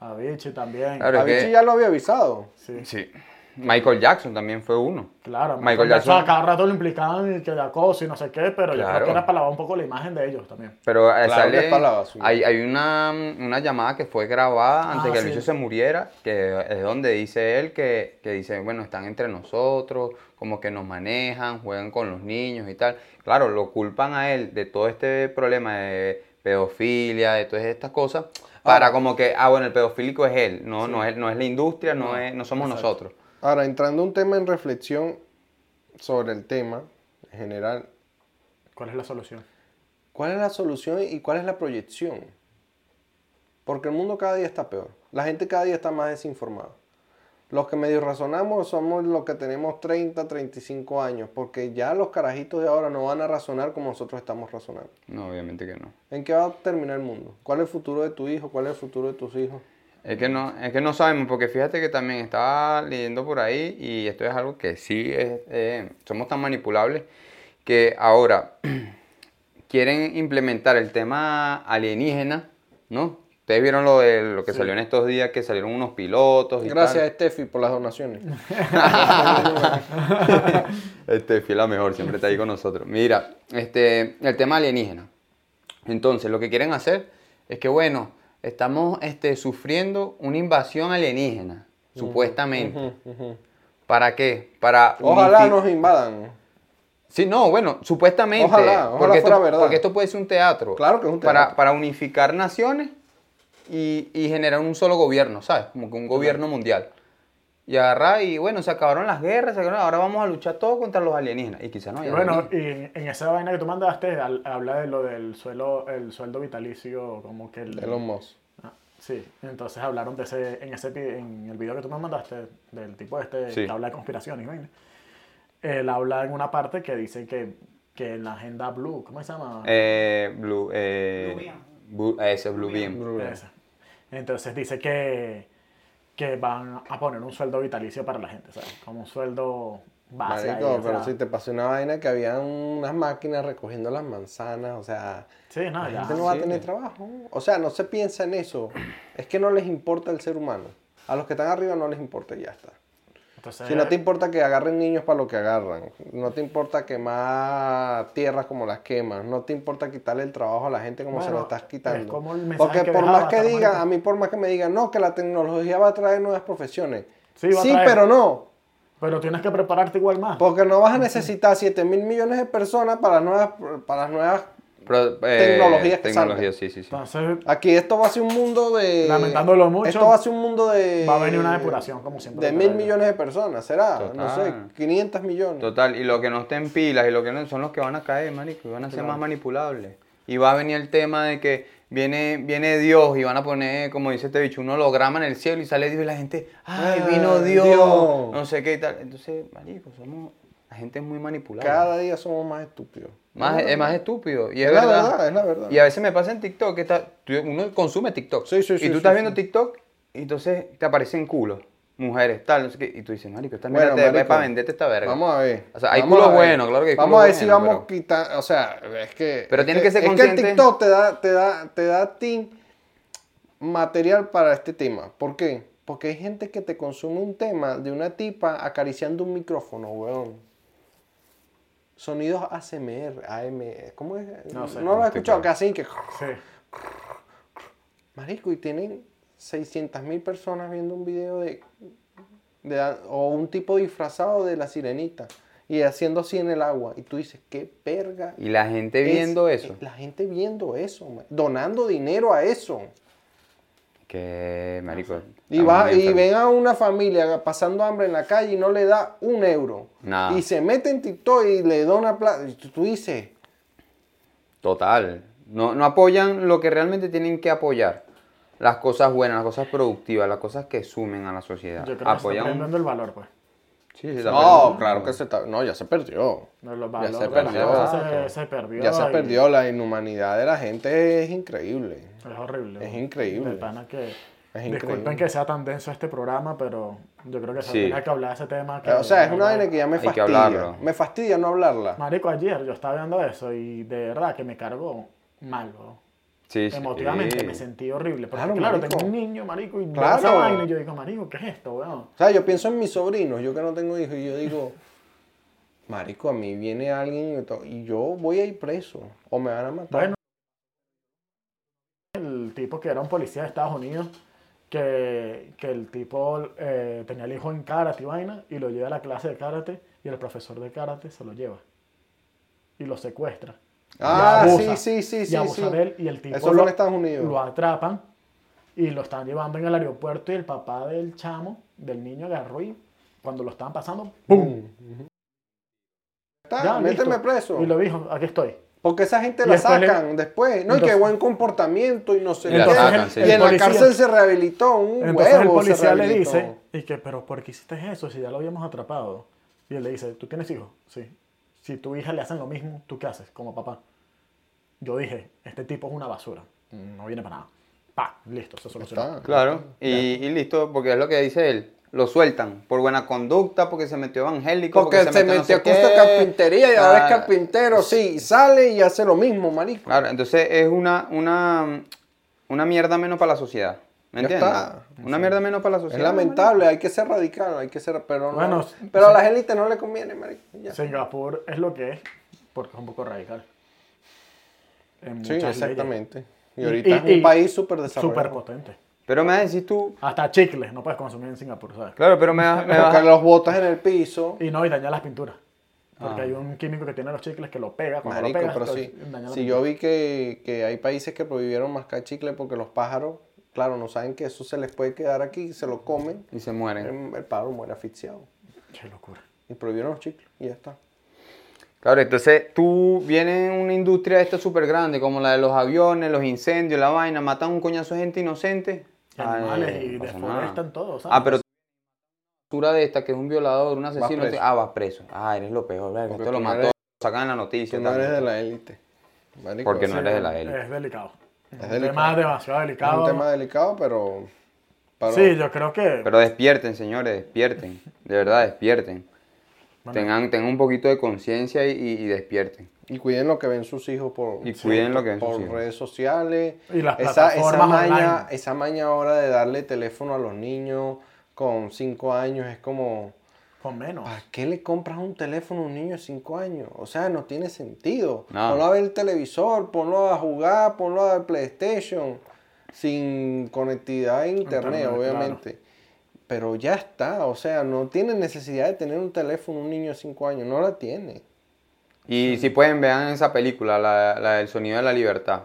Speaker 3: Avicii también.
Speaker 1: Claro. Pero es que-
Speaker 2: Avicii ya lo había avisado.
Speaker 3: Sí.
Speaker 1: Sí. Michael Jackson también fue uno.
Speaker 3: Claro,
Speaker 1: Michael
Speaker 3: Michael Jackson.
Speaker 1: Jackson.
Speaker 3: a cada rato lo implicaban y que la cosa y no sé qué, pero yo creo
Speaker 1: Claro.
Speaker 3: que era para lavar un poco la imagen de ellos también.
Speaker 1: Pero eh,
Speaker 2: Claro, que
Speaker 1: sale,
Speaker 2: es para la basura.
Speaker 1: hay, hay una, una llamada que fue grabada antes
Speaker 3: Ah,
Speaker 1: que
Speaker 3: sí.
Speaker 1: el bicho se muriera, que es donde dice él que, que dice, bueno, están entre nosotros, como que nos manejan, juegan con los niños y tal. Claro, lo culpan a él de todo este problema de pedofilia, de todas estas cosas, para como que, ah, bueno, el pedofílico es él, no, no, es, no es la industria, no, es, no somos nosotros.
Speaker 2: Ahora, entrando un tema en reflexión sobre el tema en general,
Speaker 3: ¿Cuál es la solución?
Speaker 2: ¿cuál es la solución y cuál es la proyección? Porque el mundo cada día está peor. La gente cada día está más desinformada. Los que medio razonamos somos los que tenemos 30, 35 años, porque ya los carajitos de ahora no van a razonar como nosotros estamos razonando.
Speaker 1: No, obviamente que no.
Speaker 2: ¿En qué va a terminar el mundo? ¿Cuál es el futuro de tu hijo? ¿Cuál es el futuro de tus hijos?
Speaker 1: Es que no, es que no sabemos, porque fíjate que también estaba leyendo por ahí, y esto es algo que sí es, eh, somos tan manipulables que ahora quieren implementar el tema alienígena, ¿no? Ustedes vieron lo de lo que salió en estos días, que salieron unos pilotos y
Speaker 2: Gracias, Steffi, por las donaciones.
Speaker 1: Este, fiel a mejor, siempre está ahí con nosotros. Mira, este, el tema alienígena. Entonces, lo que quieren hacer es que, bueno, estamos este, sufriendo una invasión alienígena, supuestamente. ¿Para qué? Para
Speaker 2: Ojalá
Speaker 1: unifi-
Speaker 2: nos invadan.
Speaker 1: Sí, no, bueno, supuestamente.
Speaker 2: Ojalá, ojalá
Speaker 1: porque esto,
Speaker 2: fuera verdad.
Speaker 1: Porque esto puede ser un teatro.
Speaker 2: Claro que es un
Speaker 1: Para,
Speaker 2: teatro.
Speaker 1: para unificar naciones y, y generar un solo gobierno, ¿sabes? Como que un gobierno mundial. Y agarrar y bueno, se acabaron las guerras, se acabaron- ahora vamos a luchar todos contra los alienígenas. Y quizás no
Speaker 3: Y
Speaker 1: haya
Speaker 3: bueno,
Speaker 1: alienígenas.
Speaker 3: y en en esa vaina que tú mandaste, al- habla de lo del suelo, el sueldo vitalicio, como que el...
Speaker 2: Elon Musk.
Speaker 3: Ah, Sí, entonces hablaron de ese, en ese pi- en el video que tú me mandaste, del tipo este
Speaker 1: Sí.
Speaker 3: que habla de conspiraciones, y vaina. Él habla en una parte que dice que, que en la agenda blue, ¿cómo se llama?
Speaker 1: Eh, Blue, eh, Bu- ese es Blue Beam.
Speaker 3: Esa. Entonces dice que, que van a poner un sueldo vitalicio para la gente, ¿sabes? Como un sueldo base. ahí,
Speaker 2: Marico,
Speaker 3: o
Speaker 2: pero
Speaker 3: sea,
Speaker 2: si te pasó una vaina que había unas máquinas recogiendo las manzanas, o sea,
Speaker 3: Sí, no, ya.
Speaker 2: la gente no va a
Speaker 1: sí.
Speaker 2: tener trabajo. O sea, no se piensa en eso. Es que no les importa el ser humano. A los que están arriba no les importa y ya está.
Speaker 3: Entonces,
Speaker 2: Si no te importa que agarren niños para lo que agarran, no te importa quemar tierras como las queman, no te importa quitarle el trabajo a la gente como se lo
Speaker 3: Bueno,
Speaker 2: estás
Speaker 3: es
Speaker 2: quitando.
Speaker 3: como el mensaje
Speaker 2: Porque
Speaker 3: que
Speaker 2: por
Speaker 3: dejaba
Speaker 2: más que
Speaker 3: Avatar,
Speaker 2: digan,
Speaker 3: marico.
Speaker 2: a mí por más que me digan, no, que la tecnología va a traer nuevas profesiones.
Speaker 3: Sí, va a
Speaker 2: sí
Speaker 3: traer.
Speaker 2: pero no.
Speaker 3: Pero tienes que prepararte igual más.
Speaker 2: Porque no vas a necesitar 7 mil millones de personas para las nuevas, para las nuevas.
Speaker 1: Pro-
Speaker 2: Tecnologías que salgan.
Speaker 1: tecnologías, sí, sí, sí.
Speaker 3: Entonces
Speaker 2: Aquí esto va a ser un mundo de.
Speaker 3: Lamentándolo mucho,
Speaker 2: Esto va a ser un mundo de.
Speaker 3: va a venir una depuración, como siempre.
Speaker 2: De mil millones de personas, será, no sé,
Speaker 1: Total.
Speaker 2: 500 millones.
Speaker 1: Total, y los que no estén pilas y los que no son los que van a caer, marico, y van a ser más manipulables. Y va a venir el tema de que viene, viene Dios y van a poner, como dice este bicho, un holograma en el cielo y sale Dios y la gente, ¡ay,
Speaker 2: Ay,
Speaker 1: vino Dios!
Speaker 2: Dios.
Speaker 1: No sé qué y tal. Entonces, marico, somos, la gente es muy manipulable.
Speaker 2: Cada día somos más estúpidos.
Speaker 1: Más, e, es más estúpido. Y es,
Speaker 2: Es la
Speaker 1: verdad.
Speaker 2: verdad, es la verdad.
Speaker 1: Y a veces me pasa en TikTok que está, tú- uno consume TikTok.
Speaker 2: Sí, sí,
Speaker 1: y
Speaker 2: sí,
Speaker 1: tú
Speaker 2: sí,
Speaker 1: estás
Speaker 2: sí.
Speaker 1: viendo TikTok y entonces te aparecen culos, mujeres, tal, no sé qué. Y tú dices, marico, esta
Speaker 2: Bueno,
Speaker 1: mierda te- es
Speaker 2: marico,
Speaker 1: para venderte esta verga.
Speaker 2: Vamos a ver.
Speaker 1: O sea, hay
Speaker 2: vamos
Speaker 1: culos
Speaker 2: a ver.
Speaker 1: buenos, claro que hay
Speaker 2: Vamos
Speaker 1: culos
Speaker 2: a ver si
Speaker 1: buenos,
Speaker 2: vamos
Speaker 1: pero-
Speaker 2: quitando, o sea, es que
Speaker 1: Pero
Speaker 2: es
Speaker 1: tienen
Speaker 2: que,
Speaker 1: que ser
Speaker 2: es el
Speaker 1: conscientes.
Speaker 2: TikTok te da te da te da a ti material para este tema. ¿Por qué? Porque hay gente que te consume un tema de una tipa acariciando un micrófono, weón. Sonidos ASMR, AM, ¿cómo es?
Speaker 3: No sé.
Speaker 2: lo he escuchado,
Speaker 1: TikTok.
Speaker 2: que así que
Speaker 3: Sí.
Speaker 2: Marico, y tienen 600 mil personas viendo un video de, de- O un tipo disfrazado de la sirenita. Y haciendo así en el agua. Y tú dices, qué verga.
Speaker 1: Y la gente
Speaker 2: es-
Speaker 1: viendo eso.
Speaker 2: eh, La gente viendo eso. ma- Donando dinero a eso.
Speaker 1: Que, marico.
Speaker 2: Y,
Speaker 1: estamos
Speaker 2: va,
Speaker 1: muy
Speaker 2: y
Speaker 1: enfermos.
Speaker 2: ven a una familia pasando hambre en la calle y no le da un euro.
Speaker 1: Nah.
Speaker 2: Y se mete en TikTok y le dona plata. Y tú, tú dices,
Speaker 1: Total. No, no apoyan lo que realmente tienen que apoyar. Las cosas buenas, las cosas productivas, las cosas que sumen a la sociedad.
Speaker 3: Yo creo que se está
Speaker 1: Apoyan.
Speaker 3: perdiendo el valor, pues.
Speaker 1: Sí, sí,
Speaker 2: No,
Speaker 1: también.
Speaker 2: claro que se está... No, ya se perdió.
Speaker 3: Pero los
Speaker 2: Ya se
Speaker 3: valores,
Speaker 2: perdió,
Speaker 3: las cosas
Speaker 2: claro.
Speaker 3: se, se perdió.
Speaker 2: Ya se
Speaker 3: y
Speaker 2: perdió. La inhumanidad de la gente es increíble.
Speaker 3: Es horrible.
Speaker 2: Es increíble.
Speaker 3: De pana que...
Speaker 2: Es
Speaker 3: Disculpen
Speaker 2: increíble.
Speaker 3: que sea tan denso este programa, pero yo creo que se
Speaker 1: Sí.
Speaker 3: tenía que hablar de ese tema. Que
Speaker 2: O sea, es una vaina que ya me
Speaker 1: Hay que
Speaker 2: fastidia.
Speaker 1: hablarlo.
Speaker 2: Me fastidia no hablarla.
Speaker 3: Marico, ayer yo estaba viendo eso y de verdad que me cargó mal, weón.
Speaker 1: Sí, sí.
Speaker 3: Emotivamente me sentí horrible. Porque
Speaker 2: Claro,
Speaker 3: claro,
Speaker 2: marico.
Speaker 3: tengo un niño, marico, y veo
Speaker 2: Claro.
Speaker 3: esa vaina y yo digo, marico, ¿qué es esto, weón?
Speaker 2: O sea, yo pienso en mis sobrinos, yo que no tengo hijos, y yo digo, marico, a mí viene alguien y, me to- y yo voy a ir preso, o me van a matar.
Speaker 3: Bueno, el tipo que era un policía de Estados Unidos, que, que el tipo eh, tenía el hijo en karate y vaina, y lo lleva a la clase de karate, y el profesor de karate se lo lleva. Y lo secuestra.
Speaker 2: ah,
Speaker 3: y abusa,
Speaker 2: sí, sí, sí,
Speaker 3: y
Speaker 2: sí.
Speaker 3: abusa
Speaker 2: sí.
Speaker 3: de él, y el tipo
Speaker 2: Eso fue en Estados Unidos.
Speaker 3: lo atrapan, y lo están llevando en el aeropuerto, y el papá del chamo, del niño agarró y cuando lo estaban pasando, ¡pum!
Speaker 2: Está,
Speaker 3: Ya,
Speaker 2: méteme
Speaker 3: listo.
Speaker 2: preso.
Speaker 3: Y lo dijo, aquí estoy.
Speaker 2: Porque esa gente
Speaker 3: Y
Speaker 2: la
Speaker 3: después le-
Speaker 2: sacan después. No, y qué
Speaker 3: Entonces-
Speaker 2: buen comportamiento y no sé
Speaker 1: Y
Speaker 2: qué.
Speaker 1: la sacan,
Speaker 3: el-
Speaker 1: sí.
Speaker 2: y
Speaker 3: el
Speaker 2: en la
Speaker 3: policía-
Speaker 2: cárcel se rehabilitó un
Speaker 3: Entonces el
Speaker 2: huevo. se
Speaker 3: policía le
Speaker 2: rehabilitó.
Speaker 3: dice, y que, pero ¿por qué hiciste eso si ya lo habíamos atrapado? Y él le dice, ¿tú tienes hijos? Sí. Si tu hija le hacen lo mismo, ¿tú qué haces como papá? Yo dije, este tipo es una basura, no viene para nada. Pa, listo, se solucionó.
Speaker 2: Está.
Speaker 1: Claro, y, y listo, porque es lo que dice él. Lo sueltan por buena conducta, porque se metió evangélico,
Speaker 2: Porque se
Speaker 1: no sé
Speaker 2: metió con
Speaker 1: qué.
Speaker 2: esta carpintería y ahora es
Speaker 1: Ah,
Speaker 2: carpintero, sí. y Sale y hace lo mismo, marico.
Speaker 1: Claro, entonces es una, una, una mierda menos para la sociedad. ¿Me
Speaker 2: Ya
Speaker 1: entiendes?
Speaker 2: está.
Speaker 1: Una mierda menos para la
Speaker 2: Es
Speaker 1: sociedad.
Speaker 2: lamentable, hay que ser radical, hay que ser, pero no-
Speaker 3: Bueno,
Speaker 2: pero
Speaker 3: sí.
Speaker 2: a las élites no le conviene, marico. ya.
Speaker 3: Singapur es lo que es, porque es un poco radical. En
Speaker 2: Sí,
Speaker 3: muchas leyes.
Speaker 2: exactamente. Y
Speaker 3: Y-
Speaker 2: ahorita
Speaker 3: y-
Speaker 2: es un
Speaker 3: y-
Speaker 2: país súper desarrollado.
Speaker 3: Súper potente.
Speaker 1: Pero me vas a decir tú.
Speaker 3: Hasta chicles, no puedes consumir en Singapur, ¿sabes?
Speaker 1: Claro, pero me vas, me vas-
Speaker 2: Porque los botas en el piso.
Speaker 3: Y no, y dañar las pinturas. Porque hay un químico que tiene los chicles que lo pega cuando
Speaker 2: Ah. Marico,
Speaker 3: lo pegas,
Speaker 2: pero
Speaker 3: entonces,
Speaker 2: sí.
Speaker 3: daña la
Speaker 2: Si yo vi que, que hay países que prohibieron mascar chicle porque los pájaros, claro, no saben que eso se les puede quedar aquí, se lo comen.
Speaker 1: Y se mueren.
Speaker 2: El, el pájaro muere asfixiado.
Speaker 3: pintura. Qué locura.
Speaker 2: Y prohibieron los chicles y ya está.
Speaker 1: Claro, entonces tú vienes en una industria esta súper grande, como la de los aviones, los incendios, la vaina, matan un coñazo de gente inocente.
Speaker 3: Y animales,
Speaker 1: Ay,
Speaker 3: y
Speaker 1: no pasa
Speaker 3: deforestan
Speaker 1: nada.
Speaker 3: todo, ¿sabes?
Speaker 1: Ah, pero basura de esta que es un violador, un asesino.
Speaker 2: preso.
Speaker 1: te- Ah, vas preso. Ah, eres lo peor, verga,
Speaker 2: Porque
Speaker 1: esto lo
Speaker 2: tú no
Speaker 1: mató.
Speaker 2: eres-
Speaker 1: Sacan en la noticia.
Speaker 2: Tú no
Speaker 1: tal.
Speaker 2: eres de la élite. Marico,
Speaker 1: Porque no
Speaker 2: ese
Speaker 1: eres de la élite.
Speaker 3: Es delicado. Es un
Speaker 2: delicado.
Speaker 3: tema demasiado
Speaker 2: Es
Speaker 3: delicado.
Speaker 2: un tema delicado, pero... pero-
Speaker 3: Sí, yo creo que...
Speaker 1: Pero despierten, señores, despierten. De verdad, despierten.
Speaker 3: Bueno.
Speaker 1: Tengan, tengan un poquito de conciencia y, y- y despierten.
Speaker 2: Y cuiden lo que ven sus hijos por,
Speaker 1: Y cuiden lo que ven sus
Speaker 2: por
Speaker 1: hijos.
Speaker 2: redes sociales.
Speaker 3: Y las
Speaker 2: esa, esa
Speaker 3: plataformas
Speaker 2: maña,
Speaker 3: online.
Speaker 2: esa maña ahora de darle teléfono a los niños con 5 años es como,
Speaker 3: Con menos.
Speaker 2: ¿para qué le compras un teléfono a un niño de 5 años? O sea, no tiene sentido.
Speaker 1: No.
Speaker 2: Ponlo a ver el televisor, ponlo a jugar, ponlo a ver PlayStation, sin conectividad a internet,
Speaker 3: Internet,
Speaker 2: obviamente. Pero ya está, o sea, no tiene necesidad de tener un teléfono un niño de 5 años, no la tiene.
Speaker 1: Y si pueden, vean esa película, la, la del sonido de la libertad.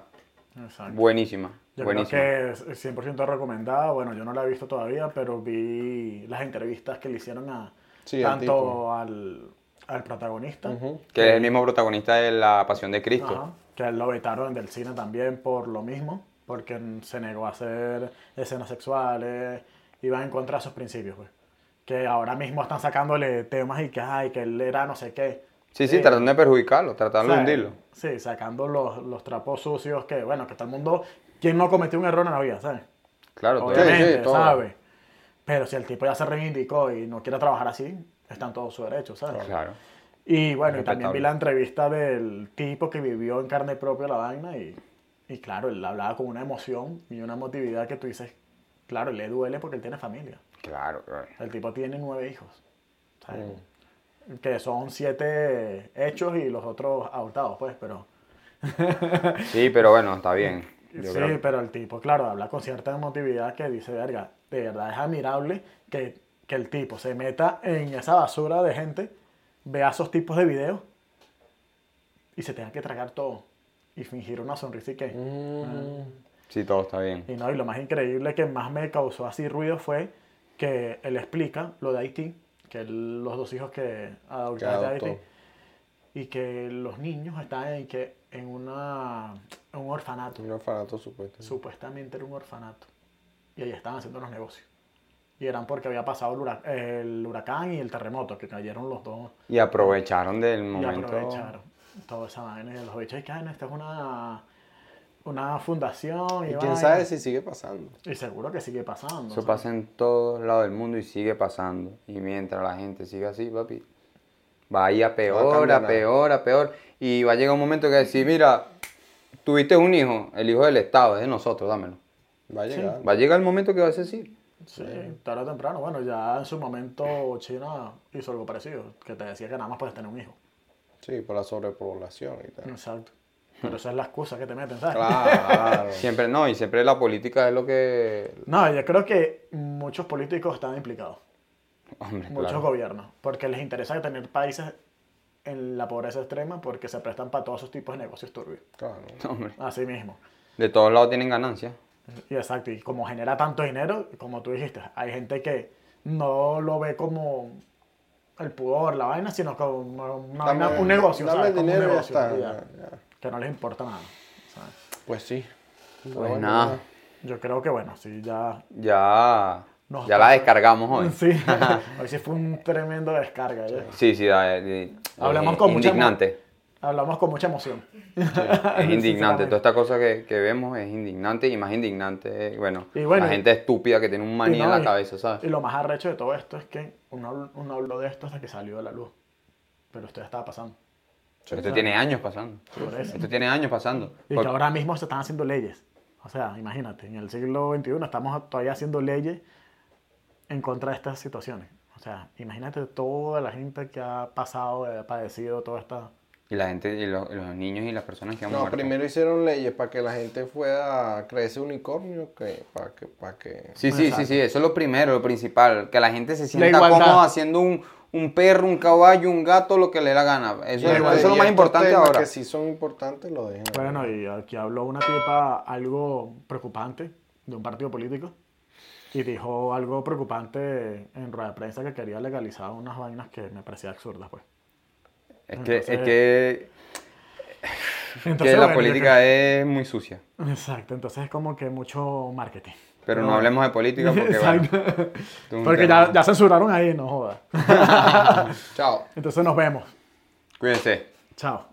Speaker 3: Exacto.
Speaker 1: Buenísima.
Speaker 3: Yo
Speaker 1: buenísima.
Speaker 3: creo que es 100% recomendada. Bueno, yo no la he visto todavía, pero vi las entrevistas que le hicieron a
Speaker 2: Sí, al tipo.
Speaker 3: tanto al, al protagonista.
Speaker 2: Ujú.
Speaker 1: Que es el mismo protagonista de La Pasión de Cristo.
Speaker 3: Ajá, que lo vetaron del cine también por lo mismo, porque se negó a hacer escenas sexuales, iba en contra de sus principios, pues. Que ahora mismo están sacándole temas y que, ay, que él era no sé qué.
Speaker 1: Sí, sí,
Speaker 3: Eh,
Speaker 1: tratando de perjudicarlo, tratando de
Speaker 3: ¿sabes?
Speaker 1: hundirlo.
Speaker 3: Sí, sacando los, los trapos sucios que, bueno, que todo el mundo, ¿quién no cometió un error en la vida, sabes?
Speaker 1: Claro, todo.
Speaker 3: Obviamente,
Speaker 2: sí, todo.
Speaker 3: ¿sabes? Pero si el tipo ya se reivindicó y no quiere trabajar así, está en todo su derecho, ¿sabes?
Speaker 1: Claro.
Speaker 3: Y bueno, y también
Speaker 1: Respetable.
Speaker 3: vi la entrevista del tipo que vivió en carne propia la vaina y, y claro, él hablaba con una emoción y una emotividad que tú dices, claro, le duele porque él tiene familia.
Speaker 1: Claro, claro.
Speaker 3: El tipo tiene nueve hijos, ¿sabes? que son siete hechos y los otros adoptados, pues, pero...
Speaker 1: Sí, pero bueno, está bien. Yo
Speaker 3: sí,
Speaker 1: creo que-
Speaker 3: pero el tipo, claro, habla con cierta emotividad que dice, verga, de verdad es admirable que, que el tipo se meta en esa basura de gente, vea esos tipos de videos y se tenga que tragar todo y fingir una sonrisa y que...
Speaker 1: Mm. Sí, todo está bien.
Speaker 3: Y no, y lo más increíble que más me causó así ruido fue que él explica lo de Haití, que él- los dos hijos que adoptaron de
Speaker 2: adoptó.
Speaker 3: Haití, y que los niños están en, que, en, una, en un orfanato
Speaker 2: Un orfanato supuesto.
Speaker 3: supuestamente era un orfanato. Y ahí estaban haciendo los negocios. y eran porque había pasado el, hura- el huracán y el terremoto, que cayeron los dos
Speaker 1: Y aprovecharon del
Speaker 3: y
Speaker 1: momento.
Speaker 3: aprovecharon toda esa vaina. Y los bichos y que, "Ay, no, esta es una, una fundación.
Speaker 2: Y
Speaker 3: vaina".
Speaker 2: quién sabe si sigue pasando.
Speaker 3: Y seguro que sigue pasando.
Speaker 1: Eso
Speaker 3: o sea,
Speaker 1: pasa en todos lados del mundo y sigue pasando. Y mientras la gente siga así, papi, va a ir a peor,
Speaker 2: cambiar
Speaker 1: a
Speaker 2: nada.
Speaker 1: peor, a peor. Y va a llegar un momento que decir, mira, tuviste un hijo, el hijo del Estado, es de nosotros, dámelo.
Speaker 2: Va a llegar.
Speaker 1: Va a llegar el momento que va a ser así.
Speaker 3: Sí, tarde o temprano. Bueno, ya en su momento China hizo algo parecido, que te decía que nada más puedes tener un hijo.
Speaker 2: Sí, por la sobrepoblación y tal.
Speaker 3: Exacto. Pero esa es la excusa que te meten, ¿sabes?
Speaker 2: Claro.
Speaker 1: Siempre no, y siempre la política es lo que...
Speaker 3: No, yo creo que muchos políticos están implicados,
Speaker 1: Hombre,
Speaker 3: muchos
Speaker 1: claro.
Speaker 3: gobiernos, porque les interesa tener países en la pobreza extrema porque se prestan para todos esos tipos de negocios turbios.
Speaker 2: claro.
Speaker 1: Hombre,
Speaker 3: Así mismo.
Speaker 1: de todos lados tienen ganancias.
Speaker 3: Y exacto, y como genera tanto dinero, como tú dijiste, hay gente que no lo ve como el pudor, la vaina, sino como una- una vaina-
Speaker 2: Dame-
Speaker 3: un negocio,
Speaker 2: dame
Speaker 3: ¿sabes?
Speaker 2: el
Speaker 3: Como un
Speaker 2: dinero y ya
Speaker 3: negocio,
Speaker 2: está,
Speaker 3: y
Speaker 2: ya, ya.
Speaker 3: que no les importa nada. ¿sabes?
Speaker 2: Pues sí.
Speaker 1: Pues nada,
Speaker 3: Yo creo que bueno, sí, ya...
Speaker 1: ya,
Speaker 3: Nos
Speaker 1: ya la
Speaker 3: pasa.
Speaker 1: descargamos hoy.
Speaker 3: Sí, hoy sí fue un tremendo descarga. ¿eh?
Speaker 1: Sí, sí, da- eh,
Speaker 3: Hablamos
Speaker 1: es
Speaker 3: con mucha emo-
Speaker 1: indignante.
Speaker 3: Hablamos con mucha emoción.
Speaker 1: Es indignante,
Speaker 3: Sinceramente.
Speaker 1: toda esta cosa que, que vemos es indignante y más indignante, eh, bueno,
Speaker 3: Y bueno,
Speaker 1: la gente estúpida que tiene un maní
Speaker 3: Y no,
Speaker 1: en la
Speaker 3: y-
Speaker 1: cabeza,
Speaker 3: Y
Speaker 1: ¿sabes?
Speaker 3: lo más arrecho de todo esto es que uno, uno habló de esto hasta que salió de la luz. Pero esto ya estaba pasando.
Speaker 1: Esto tiene años pasando.
Speaker 3: Por eso.
Speaker 1: Esto tiene años pasando.
Speaker 3: Y
Speaker 1: Por-
Speaker 3: que ahora mismo se están haciendo leyes. O sea, imagínate, en el siglo XXI estamos todavía haciendo leyes en contra de estas situaciones. O sea, imagínate toda la gente que ha pasado, eh, padecido toda esta...
Speaker 1: Y la gente, y lo- y los niños y las personas que han
Speaker 2: No,
Speaker 1: muerto.
Speaker 2: primero hicieron leyes para que la gente fuera a creerse unicornio, que para que para que
Speaker 1: Sí, sí, sí,
Speaker 3: Exacto.
Speaker 1: sí, eso es lo primero, lo principal, que la gente se sienta
Speaker 3: igualdad.
Speaker 1: cómoda haciendo un, un perro, un caballo, un gato, lo que le dé la gana. Eso,
Speaker 2: Y
Speaker 1: es-
Speaker 2: bueno,
Speaker 1: eso es lo
Speaker 2: y
Speaker 1: más
Speaker 2: estos
Speaker 1: importante
Speaker 2: temas
Speaker 1: ahora.
Speaker 2: que sí son importantes lo dejan.
Speaker 3: Bueno, y aquí habló una tipa algo preocupante de un partido político y dijo algo preocupante en rueda de prensa que quería legalizar unas vainas que me parecía absurdas, pues.
Speaker 1: Es que, es
Speaker 3: Entonces-
Speaker 1: que, que
Speaker 3: Entonces,
Speaker 1: la
Speaker 3: bueno, yo
Speaker 1: política es muy sucia.
Speaker 3: creo- Exacto, entonces es como que mucho marketing.
Speaker 1: Pero no hablemos de política porque, bueno,
Speaker 3: Exacto.
Speaker 1: es un
Speaker 3: Porque
Speaker 1: tema.
Speaker 3: ya, ya censuraron ahí, no joda.
Speaker 2: Chao.
Speaker 3: Entonces nos vemos.
Speaker 1: cuídense.
Speaker 3: Chao.